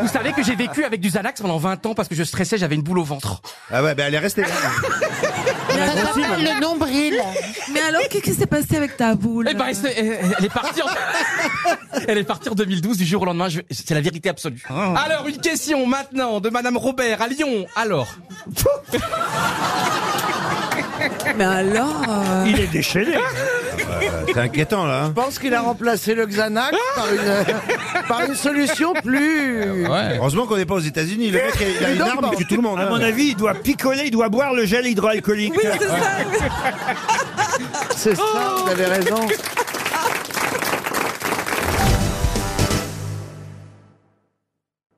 Vous savez que j'ai vécu avec du Xanax pendant 20 ans parce que je stressais, j'avais une boule au ventre. Ah ouais, ben elle est restée là. Ça s'appelle le nombril. Mais alors, qu'est-ce qui s'est passé avec ta boule Eh ben, elle, s'est- elle- elle est partie. en- elle est partie en 2012 du jour au lendemain. je- C'est la vérité absolue. Alors une question maintenant de Madame Robert à Lyon. Alors, Mais alors euh, Il est déchaîné. Euh, C'est inquiétant là. hein. Je pense qu'il a remplacé le Xanax par une, par une solution plus. Ah Heureusement qu'on n'est pas aux États-Unis. Le mec, il a- il a une arme, il tue tout le monde. À hein. mon avis, il doit picoler, il doit boire le gel hydroalcoolique. Oui, c'est ça. C'est ça, vous avez raison.